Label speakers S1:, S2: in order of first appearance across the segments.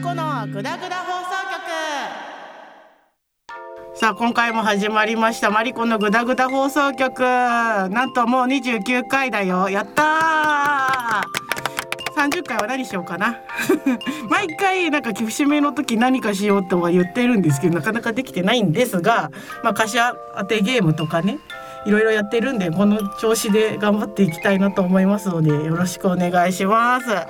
S1: 子のグダグダ放送局さあ今回も始まりましたマリコのグダグダ放送局なんともう29回だよやったー30回は何しようかな 毎回なんか節目の時何かしようとは言ってるんですけどなかなかできてないんですがまあ柏当てゲームとかねいろいろやってるんでこの調子で頑張っていきたいなと思いますのでよろしくお願いします。は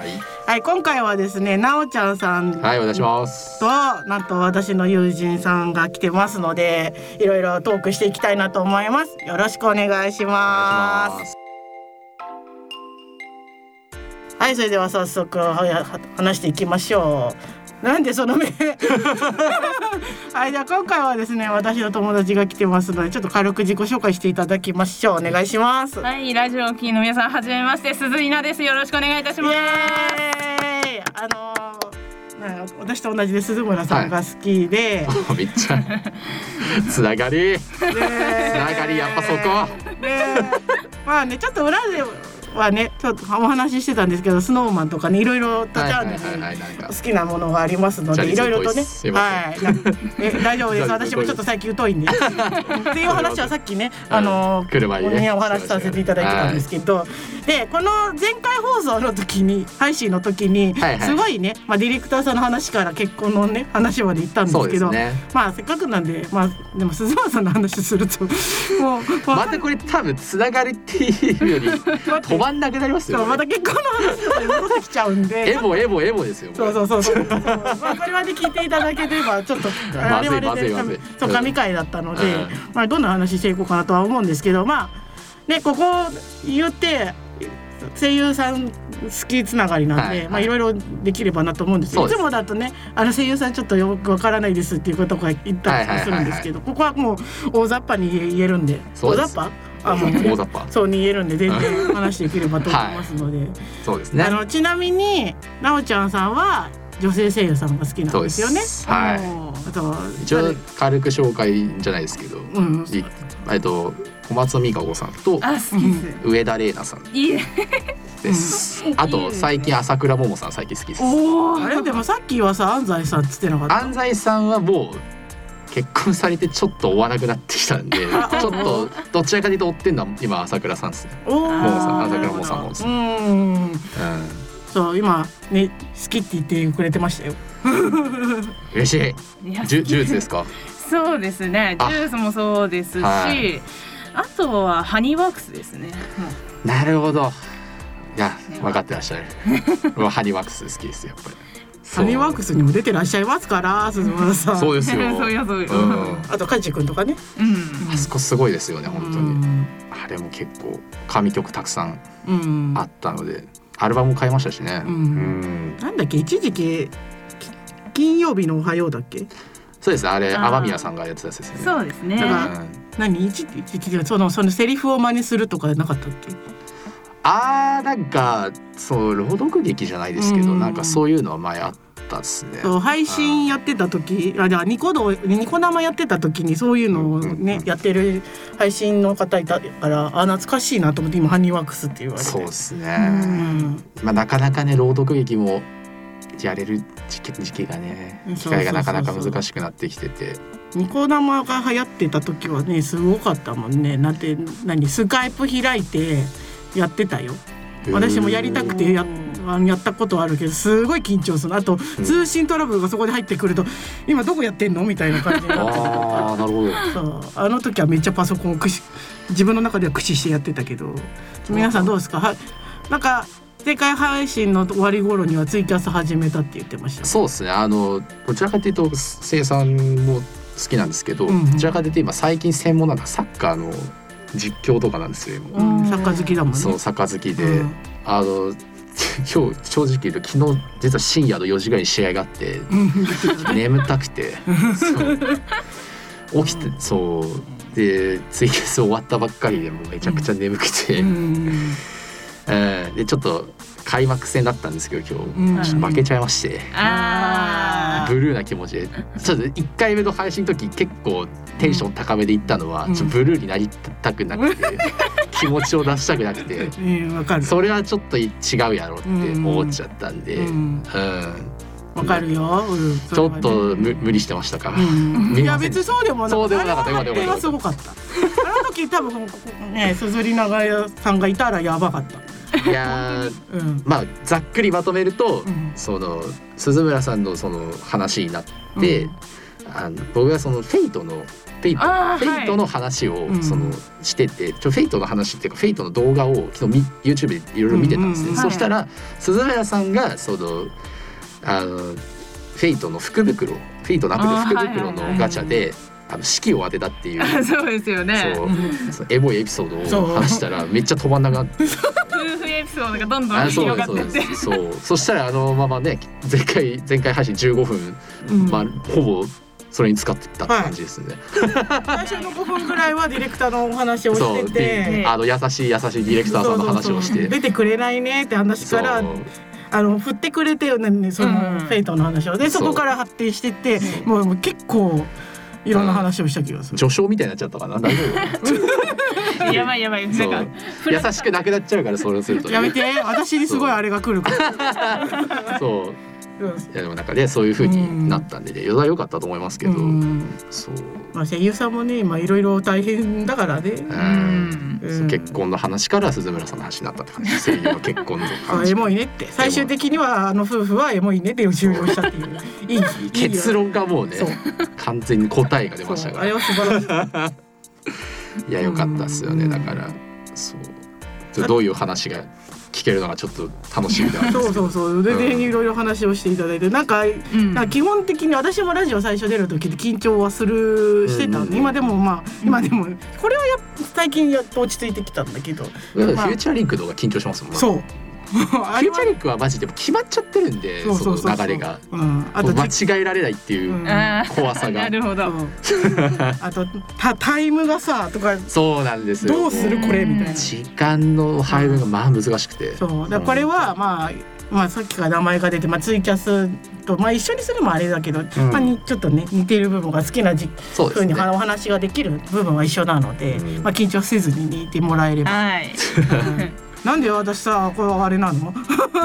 S1: い、今回はですねなおちゃんさん
S2: はい、お願いします。
S1: となんと私の友人さんが来てますのでいろいろトークしていきたいなと思いますよろしくお願いし
S2: お願
S1: ま
S2: いし
S1: す
S2: ます。
S1: はいそれでは早速はや話していきましょうなんでそ の目はいじゃあ今回はですね私の友達が来てますのでちょっと軽く自己紹介していただきましょうお願いします
S3: はい、ラジオを聴きの皆さん、はじめまして、鈴里奈です。よろしくお願いいたし
S1: イ
S3: ます。
S1: エーイあのーね私と同じで鈴村さんが好きで、
S2: めっちゃ。つながり。
S1: つな
S2: ながりやっぱそこ
S1: でまあねちょっと裏ではねちょっとお話ししてたんですけどスノーマンとかねいろいろとチ
S2: はい
S1: ャ
S2: はい
S1: ンネ
S2: はいはい、
S1: ル
S2: なんか
S1: 好。きなものがありますのでい
S2: ジャ
S1: ろい
S2: ニ
S1: ろと
S2: ーズっぽいで
S1: ね
S2: す
S1: はいなえ大丈夫です
S2: ジャニーズっぽいです
S1: 私もちょっと最近疎い んでっていう話はさっきねあのー
S2: 車に
S1: この
S2: ね。
S1: 辺お話しさせていただいてたんですけど、でこの前回放送の時に配信の時に、
S2: はいはい
S1: すごいね、まあ、ディレクターさんの話から結婚のね話まで行ったんで
S2: そ
S1: す
S2: うで
S1: け
S2: す
S1: ど、
S2: ね。
S1: まあせっかくなんでまあでも鈴間さんの話するともう
S2: またこれ多分つながりっていうより止まんなくなります
S1: そう
S2: よ。
S1: また結婚の話とかに戻ってきちゃうんで
S2: エモエモエモですよ。
S1: そうそうそうそうそうそう まあこれまで聞いていただければちょっと
S2: まずいまず
S1: 我
S2: い
S1: 々
S2: まずい
S1: でそう神回だったので、
S2: うん
S1: まあどんな話していこうかなとは思うんですけどまあねここ言って声優さん好きつながりなんで、
S2: はい
S1: まあいろいろできればなと思うんですけど
S2: そうで
S1: い
S2: す
S1: つもだとねあの声優さんちょっとよくわからないですっていうことが言ったりするんですけど、ここはもう大雑把に言えるんで
S2: そうで
S1: 大
S2: す
S1: 雑把あ
S2: 大
S1: もう
S2: 雑把。
S1: そうに言えるんで全然話していければと思いますので、
S2: そうですね
S1: あ。のちなみになおちゃんさんは女性声優さんが好きなんですよね
S2: そうですはい
S1: おーあとは
S2: 一応軽く紹介じゃないですけど、
S1: うん
S2: いえっと小松美香子さんと
S3: あ、好きです。
S2: 上田玲奈さん
S3: いいね。
S2: です。あと最近朝倉桃さん最近好きです。
S1: おーあれでもさっきはさ安西さんっつってなかった
S2: 安西さんはもう結婚されてちょっと追わなくなってきたん でちょっとどちらかというと追ってんのは今朝倉さんですね、
S1: おお
S3: ももさん朝
S2: 倉ももさんもそう
S1: うん
S2: う
S1: そう今ね好きって言ってくれてましたよ
S2: ん、嬉しい
S3: いや
S2: ジュジュースです か
S3: そうですね。ジ
S2: あ
S3: ュースもそうですし、
S2: はい
S3: あとはハニーワークスですね。
S2: なるほどいや分かってらっし ゃる俺はハニーワックス好きですよやっぱり
S1: サニーワーク
S2: ス
S1: スにも出てらっしゃいますから鈴村さん
S2: そう
S3: う
S2: で
S3: ん
S2: すよ
S3: そうよ、そうよ。
S2: う
S3: うんん。
S1: あとカイチ君とかね
S2: あそこすごいですよね本当にあれも結構神曲たくさん
S1: うん、うん
S2: あったのでアルバムも買いましたしね
S1: うん
S2: ん
S1: なんだっけ一時期き金曜日のおはようだっけ
S2: そうですあれ
S3: あー
S2: 天宮さんがやってたやつですよね
S3: そうですね。
S1: だから
S2: うん
S1: 何一時期そのそのセリフを真似するとかなかったっけ
S2: あーなんかそう朗読劇じゃないですけど、
S1: うん
S2: なんかそういうのは前あったっすね。
S1: そう配信やってた時あじゃあニコ動ニコ生やってた時にそういうのを
S2: うんうん
S1: ね
S2: うん
S1: やってる配信の方いたからあ懐かしいなと思って今ハニーワークスって言われて
S2: そうですね
S1: う。ん
S2: まあなかなかね朗読劇もやれる時期時期がね
S1: そう
S2: 機
S1: そうそうそう
S2: 会がなかなか難しくなってきてて、
S1: ニコ生が流行ってた時はねすごかったもんねなんて何スカイプ開いてやってたよ私もやりたくてやあのやったことはあるけどすごい緊張するのあと
S2: うん
S1: 通信トラブルがそこで入ってくると今どこやってんのみたいな感じに
S2: あ
S1: なってたから
S2: あーなるほど。
S1: そうあの時はめっちゃパソコンを駆使自分の中では駆使してやってたけど皆さんどうですかはなんか前回配信の終わり頃にはツイキャス始めたって言ってました
S2: そうですねあのどちらかというと生産も好きなんですけど、
S1: うんうん
S2: どちらかというと今最近専門なのがサッカーの実況とかなんですよ今。
S1: うんサッカー好きだもんね
S2: そうサッカー好きで。
S1: うん
S2: あの 今日正直言うと昨日実は深夜の4時ぐらいに試合があって眠たく てそう起きてそうでツイキャス終わったばっかりでもうめちゃくちゃ眠くて、
S1: うん
S2: えーでちょっと開幕戦だったんですけど今日、
S1: うん
S2: ちょっと負けちゃいまして。
S3: あ
S2: ブルーな気持ちでちょっと1回目の配信の時結構テンション高めでいったのは、
S1: うん
S2: ちょっとブルーになりたくなくて、気持ちを出したくなくて
S1: ええわかる
S2: それはちょっと違うやろって思っちゃったんで、
S1: うん
S2: うんま
S1: わかるよ、うん
S2: ちょっとむ無理してましたか
S1: う
S2: ら、
S1: ん
S2: 見
S1: い
S2: え
S1: や
S2: ません
S1: 別にそうでもな
S2: そうでもなかった
S1: あれは
S2: よかったよかった
S1: すごかったあの時多分ここね鈴り長屋さんがいたらやばかった
S2: いやー
S1: うん
S2: まあざっくりまとめると、
S1: うん
S2: その鈴村さんのその話になって、
S1: うん
S2: あの僕がそのフェイトのフェイト
S3: あー
S2: フェイトの
S3: はい
S2: 話を
S1: ん
S2: そのしてて、ちょフェイトの話っていうかフェイトの動画を昨日み YouTube でいろいろ見てたんですね、
S1: うんうん
S3: うん
S2: そしたら、鈴村さんがそのあのフェイトの福袋フェイトのアプリ
S3: あー
S2: 福袋
S3: はいはい
S1: は
S2: の
S1: い
S2: ガチャであの式を当てたっていう
S3: そうですよね
S2: そううんそのエモいエピソードを話したらめっちゃ止まんなくなって
S3: 夫婦エピソードがどんどん
S2: あ
S3: 広
S2: そう
S3: が
S2: で
S3: ってっ
S2: す
S3: て
S2: そうですそうそしたらあのままね前回前回配信15分、
S1: うん
S2: まあほぼそれに使ってたって感じですね、
S1: 最初の5分ぐらいはディレクターのお話を
S2: そ
S1: し
S2: う
S1: てて
S2: であの優しい優しいディレクターさんの話をし
S1: そうそうそう
S2: て
S1: 出てくれないねって話
S2: そ
S1: か
S2: う
S1: らあの振ってくれてよねそ
S3: うん
S1: のフェイトの話をで
S2: そ
S1: そうこから発展してってもうもう結構いろんな話をした気がする。
S2: 序章みたいになっちゃったかな大丈 夫
S3: やばいやばい
S2: そ
S3: なん
S2: う
S3: か
S2: 優しくなくなっちゃうからそれをすると
S1: やめて私にすごいあれが来るから。
S2: そう
S1: うん
S2: いやでもなんかねそういう風になったんでね、よだ良かったと思いますけど、
S1: うん
S2: そう
S1: まあ声優さんもね今いろいろ大変だからね。
S2: う
S3: うん
S2: んそう
S1: うん
S2: 結婚の話から鈴村さんの話になったって感じ声優の結婚の
S1: あ
S2: 話
S1: エモいねって最終的にはあの夫婦はエモいねで終了したっていういいいい
S2: 結論がもうね
S1: そう
S2: 完全に答えが出ました
S1: そう
S2: か
S1: あれ
S2: ら
S1: は素晴らしい
S2: いや良かったですよね
S1: うん
S2: だからそうちょどういう話が聞けるのがちょっと楽しみ だ
S1: そうそうそう全
S2: う
S1: 然
S2: ん
S1: いろいろ話をしていただいてなんか
S3: うん
S1: なんか基本的に私もラジオ最初出る時で緊張はするしてたんで、
S2: うん
S1: 今でもまあ今でもこれはやっ最近やっと落ち着いてきたんだけど、
S2: だから
S1: まあ
S2: フューチャーリンクの方が緊張しますもんね
S1: そう あ
S2: フ
S1: れは
S2: ューチャーリンクはマジでもう決まっちゃってるんで
S1: そう
S2: そ
S1: そうそうそう
S2: の流れが
S1: うん、あ
S2: も
S1: と
S2: う間違えられないっていううん
S3: あー
S2: 怖さが
S3: なるほど
S1: そう あとたタイムがさとか
S2: そうなんですよ
S1: どうする
S2: も
S1: これみたいな
S3: うん
S2: 時間の配分がまあ難しくて
S1: そうだからこれはまあまあさっきから名前が出て、まあ、ツイキャスと、まあ、一緒にするもあれだけど、まあ、にちょっとね似てる部分が好きなじ
S2: そうで
S1: ふう
S2: す
S1: に
S2: ね
S1: お話ができる部分は一緒なので、
S2: うん
S1: まあ、緊張せずにねいてもらえれば
S3: はい
S1: なんで私さこれあれなの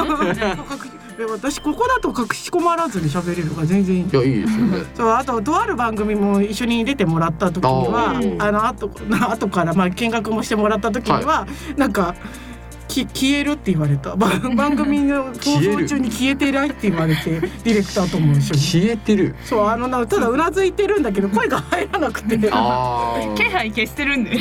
S1: 私ここだと隠し込まらずに喋れるから全然いい
S2: いやいいですよね
S1: そうあととある番組も一緒に出てもらった時には
S2: あー
S1: あの あとあとからまあ見学もしてもらった時には、なんかき消えるって言われた 番番組の放
S2: 消える
S1: 送中に消えてないって言われてディレクターとも一緒に。
S2: 消えてる
S1: そうあのなただうなずいてるんだけど声が入らなく ていや
S2: あ ー
S3: 気配消してるんで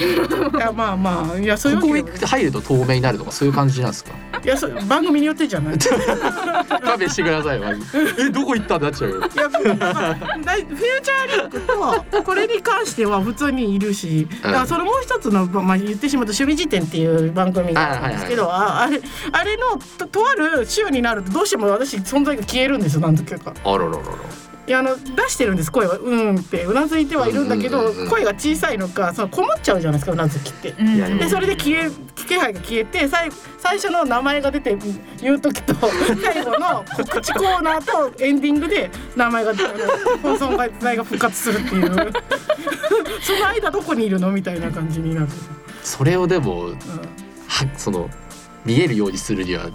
S1: まあまあいやそういう
S2: こ
S1: わけ
S2: こ
S1: で
S2: に
S1: も
S2: 入ると透明になるとかそういう感じなんですか
S1: いやそう番組によってじゃ ない
S2: 勘弁してくださいよ えどこ行ったんだっちゃうよ
S1: いや、まあ、だいフューチャーリンクとこれに関しては普通にいるし、だからそのもう一つの、まあまあ、言ってしまうと「趣味辞典」っていう番組があるんですけど、ああれあれのととある週になるとどうしても私存在が消えるんですよ何時か。
S2: あらららら
S1: いやあの出してるんです声は「うん」ってうなずいてはいるんだけど、
S2: うんうんうんうん
S1: 声が小さいのかそのこもっちゃうじゃないですかうなずきって。
S3: うん
S2: いやでも
S1: でそれで消え気配が消えて最最初の名前が出て言う時 と最後の告知コーナーとエンディングで名前が出て放送がが復活するっていう その間どこにいるのみたいな感じになる、
S2: それをでも
S1: う、
S2: はその見えるようにするには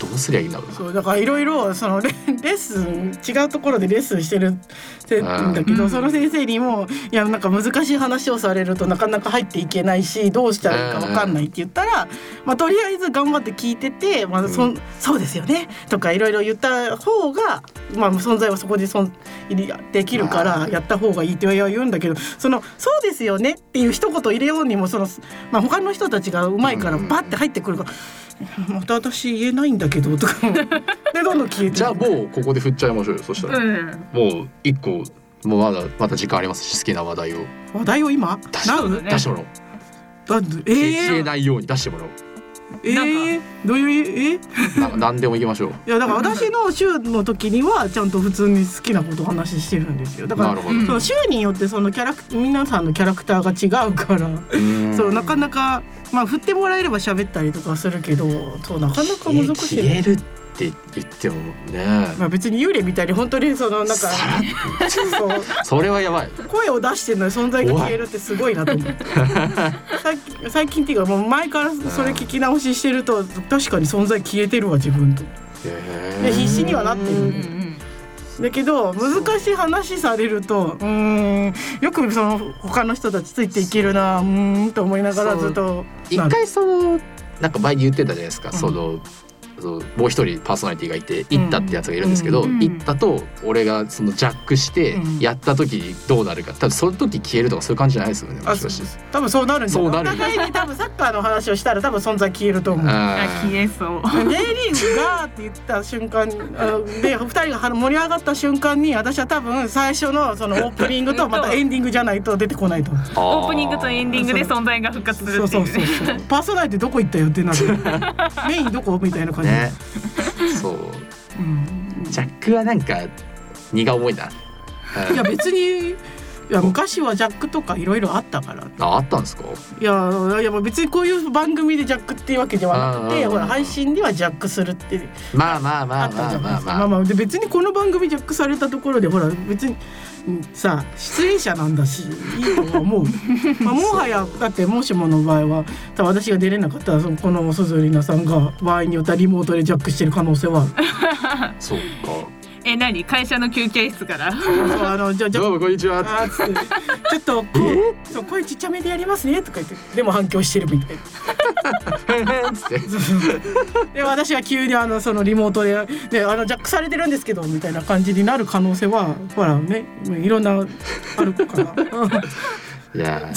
S2: どうすりゃいいんだろうんな
S1: そうだからいろいろそのレ レッスン違うところでレッスンしてるんだけど、
S3: うん
S1: その先生にも「いやなんか難しい話をされるとなかなか入っていけないしどうしたらいいかわかんない」って言ったら、まあ、とりあえず頑張って聞いてて「まあ、そんそうですよね」とかいろいろ言った方が、まあ、存在はそこで存できるからやった方がいいっては言うんだけどその「そうですよね」っていう一言入れようにもその、まあ、他の人たちがうまいから
S2: うん
S1: バッて入ってくるから「また私言えないんだけど」と かもでどんどん消えて
S2: じゃあもうここで振っちゃいましょうよそしたら、
S3: うん
S2: もう一個もうまだまだ時間ありますし好きな話題を
S1: 話題を今
S2: 出し
S1: な
S2: て
S1: う
S2: もらおう
S3: ね
S2: 出してもらおう、
S1: なんでえ
S2: 消え
S1: ー、
S2: ないように出してもらおう
S1: えー、どういうえ
S2: な何でもいきましょう
S1: いやだから私の週の時にはちゃんと普通に好きなことを話してるんですよだか
S2: な
S1: ら
S2: るほ
S3: う
S2: ど、
S3: ん
S1: その週によってそのキャラク皆さんのキャラクターが違うから、
S2: うん
S1: そうなかなかまあ振ってもらえれば喋ったりとかするけどそうなかなか難し
S2: 消え
S1: い。
S2: るって言ってもね
S1: まあ別に幽霊みたいに本当にそのなんか
S2: さらっ
S1: そう
S2: それはやばい
S1: 声を出してない存在が消えるってすごいなと思う 最近最近っていうかもう前からそれ聞き直ししてると確かに存在消えてるわ自分と
S2: へー
S1: で必死にはなってる
S3: うんうん
S1: だけど難しい話されるとうーんよくその他の人たちついていけるなうーんと思いながらずっと
S2: 一
S1: なる
S2: 回そのなんか前に言ってたじゃないですか、
S1: ん
S2: そのそうもう一人パーソナリティがいて「行った」ってやつがいるんですけど「
S3: うん
S2: 行った」と俺がそのジャックして
S1: うん
S2: やった時にどうなるか多分その時消えるとかそういう感じじゃないですよねもしかして。
S1: 多分そうなるんじゃない
S2: そうなる
S1: お互いに多分サッカーの話をしたら多分存在消えると思う。
S3: あ
S2: あ
S3: 消えそう。
S1: J リーグがーって言った瞬間にあの で2人が盛り上がった瞬間に私は多分最初のそのオープニングとまたエンディングじゃないと出てこないと思う。
S3: オープニングとエ
S2: ン
S3: ンディングで存在が復活す
S1: そ
S3: る
S1: う
S3: って
S1: そ
S3: い
S1: ううそう
S3: ね。
S1: そう。パーソナリティどこ行ったよ ってなる。メインどこみたいな感じ。
S2: ね。そう
S1: うん
S2: ジャックはなんか荷が重いな。
S1: いや別にいや昔はジャックとかいろいろあったから
S2: ああったんですか。
S1: いやいや別にこういう番組でジャックっていうわけではなくて
S2: あー
S1: ほら配信ではジャックするって
S2: まあまあま
S1: あ
S2: あ
S1: った
S2: ま
S1: じ
S2: あ
S1: ゃない
S2: ま
S1: で
S2: あ
S1: すか
S2: ま
S1: まあ
S2: あ。
S1: まあで別にこの番組ジャックされたところでほら別にうんさ出演者なんだしいいとは思 う、まあ、もはやだってもしもの場合は多分私が出れなかったらそのこの鈴里奈さんが場合によってはリモートでジャックしてる可能性はある
S2: そうか。
S3: え、何会社の休憩室から。
S1: そう あのじゃあジャッ
S2: どうもこんにち は。
S1: あーつってちょっとこうそう声ちっちゃめでやりますねとか言ってでも反響してるみたいな。
S2: つって
S1: で私は急にあのそのリモートでであのジャックされてるんですけどみたいな感じになる可能性はほらねいろんなあるから。
S2: いや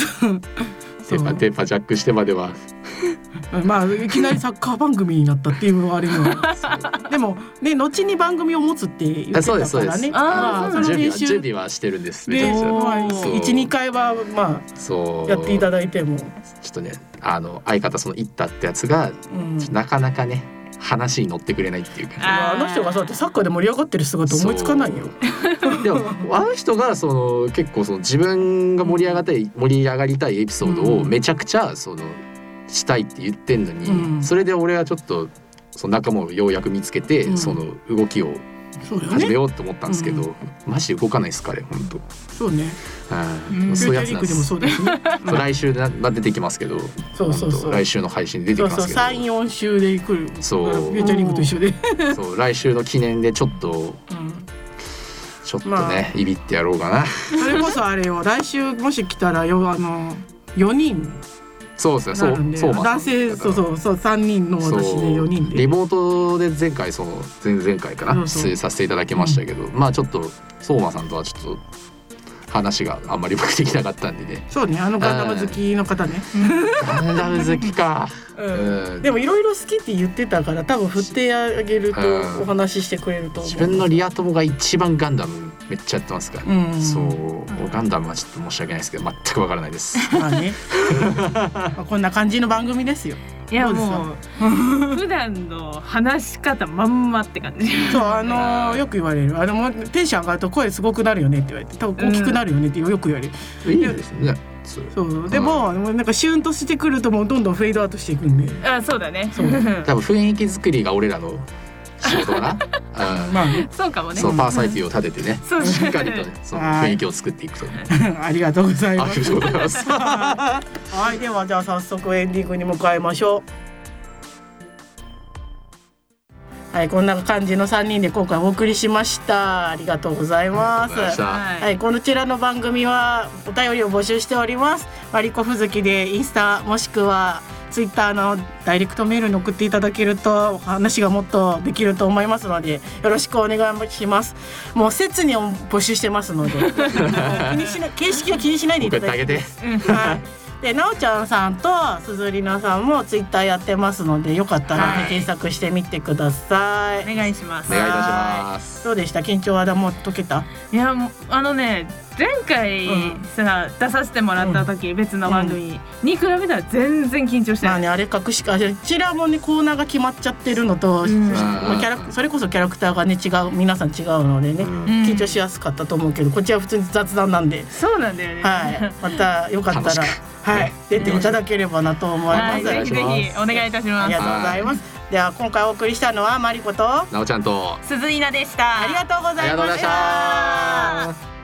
S1: そ
S2: テーパ
S1: う
S2: テーパジャックしてまでは。
S1: まあいきなりサッカー番組になったっていうあれに はでもね後に番組を持つって言って
S2: あ
S1: た
S2: そうですそ
S1: か
S2: うで
S1: ら
S2: す。
S1: ね
S3: あ
S1: ま
S3: ー
S1: あ
S3: そ
S1: そ
S3: の
S1: の
S2: 準備
S1: 練
S2: は準
S1: 習
S2: 備はしてるんです。めち
S1: で
S2: ゃくちゃ。そう
S1: 12回はま
S2: そ
S1: あや
S2: う。
S1: っていただいても、
S2: ちょっとねあの相方その行ったってやつが
S1: うん、
S2: なかなかね話に乗ってくれないっていうか。
S1: あの人がそうやってサッカーで盛り上がってる姿思いつかないよ。
S2: そう。でもあの人がその結構その自分が盛り上がったい盛り上がりたいエピソードを
S1: うん
S2: めちゃくちゃそのしたいって言ってんのに、
S1: うん
S2: それで俺はちょっとその仲間をようやく見つけて、
S1: うん
S2: その動きを
S1: そうだよ
S2: 始め
S1: ね。
S2: ようと思ったんですけど、マジで動かないですかね本当。
S1: そうね。
S2: はい
S3: うん
S2: そういうや
S1: リ
S2: つ
S1: ー
S2: なん
S1: ク
S2: で
S1: でも
S2: す。
S1: そうですね。
S2: そう来週なな出てきますけど、
S1: そうそうそ
S2: 本当
S1: う。
S2: 来週の配信で
S1: そ
S2: 出て
S1: う
S2: き
S1: そう
S2: ますけど。
S1: 三四週で来る。
S2: そう
S1: フューチャリングと 一緒で。
S2: そう来週の記念でちょっとちょっとね、
S1: まあ
S2: いびってやろうかな。
S1: それこそあれよ、来週もし来たらよあの四人
S2: そうですね。
S1: な
S2: そ
S1: るん
S2: う
S1: で、
S2: そう
S1: 男性そうそうそう三人の
S2: そう
S1: 私で四人で。
S2: リモートで前回その前々回か
S1: そ
S2: な
S1: うそう
S2: 出演させていただきましたけど、まあちょっと相馬さんとはちょっと話があんまり僕できなかったんでね
S1: そうね、あのガンダム好きの方ね。
S2: ガンダム好きか、
S1: う
S2: うんん、
S1: でもいろいろ好きって言ってたから、多分振ってあげると
S2: うん
S1: お話ししてくれると思う。
S2: 自分のリア友が一番ガンダムめっちゃやってますから、
S1: うん
S2: そうガンダムはちょっと申し訳ないですけど全くわからないです。
S1: まあ ね。まあこんな感じの番組ですよ。
S3: いや
S1: そうですよ
S3: もう普段の話し方まんまって感じ。
S1: そうあのーよく言われる。あのもうテンション上がると声すごくなるよねって言われて、多分大きくなるよねってよく言われる。
S2: いいですね。そう
S1: そうでも、もうなんかシュンとしてくるともうどんどんフェードアウトしていくんで。
S3: あ、そうだね。
S2: 多分雰囲気作りが俺らの仕事 かな。うん
S1: まあね
S3: そうかもね。
S2: そうパーソナリティを立ててね
S3: そう
S2: しっかりとねその
S1: はい
S2: 雰囲気を作っていくとね
S1: ありがとうござい
S2: あ
S1: ま
S2: り
S1: す
S2: が。とうございます。
S1: はいではじゃあ早速エンディングに向かいましょう。はいこんな感じの三人で今回お送りしました。ありがとうございます。
S2: ありがとうございました
S1: は、
S3: はい
S1: このちらの番組はお便りを募集しております。マリコふずきでインスタもしくはツイッターのダイレクトメールに送っていただけると話がもっとできると思いますのでよろしくお願いします。もう切に募集してますので もう気にしない形式は気にしないでい
S2: 送
S1: た
S2: って
S1: だ
S2: あ
S1: い
S2: げ
S1: て。
S2: て。
S1: はい。でなおちゃんさんとすずりなさんもツイッターやってますのでよかったら、ね
S3: はい
S1: 検索してみてくださ
S3: お
S1: い。
S3: 願いします
S2: お。願いいたします。
S1: どうでした緊張はだもう解けた。
S3: いやもうあのね前回
S1: うん
S3: さ、出させてもらった時、別の番組に比べたら全然緊張して
S1: ま
S3: な
S1: あ
S3: い、
S1: ねあれ隠しかうちらもねコーナーが決まっちゃってるのと、
S3: うん
S1: もうキャラそれこそキャラクターがね違う皆さん違うのでね、
S2: うん
S3: うん
S1: 緊張しやすかったと思うけどこっちは普通に雑談なんで、
S3: そうなんだよね
S1: はいまたよかったら
S2: 楽し
S1: はい
S2: ね
S1: 出ていただければなと思いま
S3: は
S1: す。
S3: い、
S2: お願
S3: ぜ
S2: い
S3: ひ
S2: し
S3: ぜ
S2: ます
S3: ひお願いいたし
S1: あ
S3: ま
S1: り
S3: す
S1: がとうございます。では今回お送りしたのはマリコと
S2: なおちゃんと
S3: 鈴井奈でした
S1: ありがとうご
S2: あ
S1: ざ
S2: り
S1: い
S2: がとうご
S1: ま
S2: ざいま
S1: し。
S2: したた。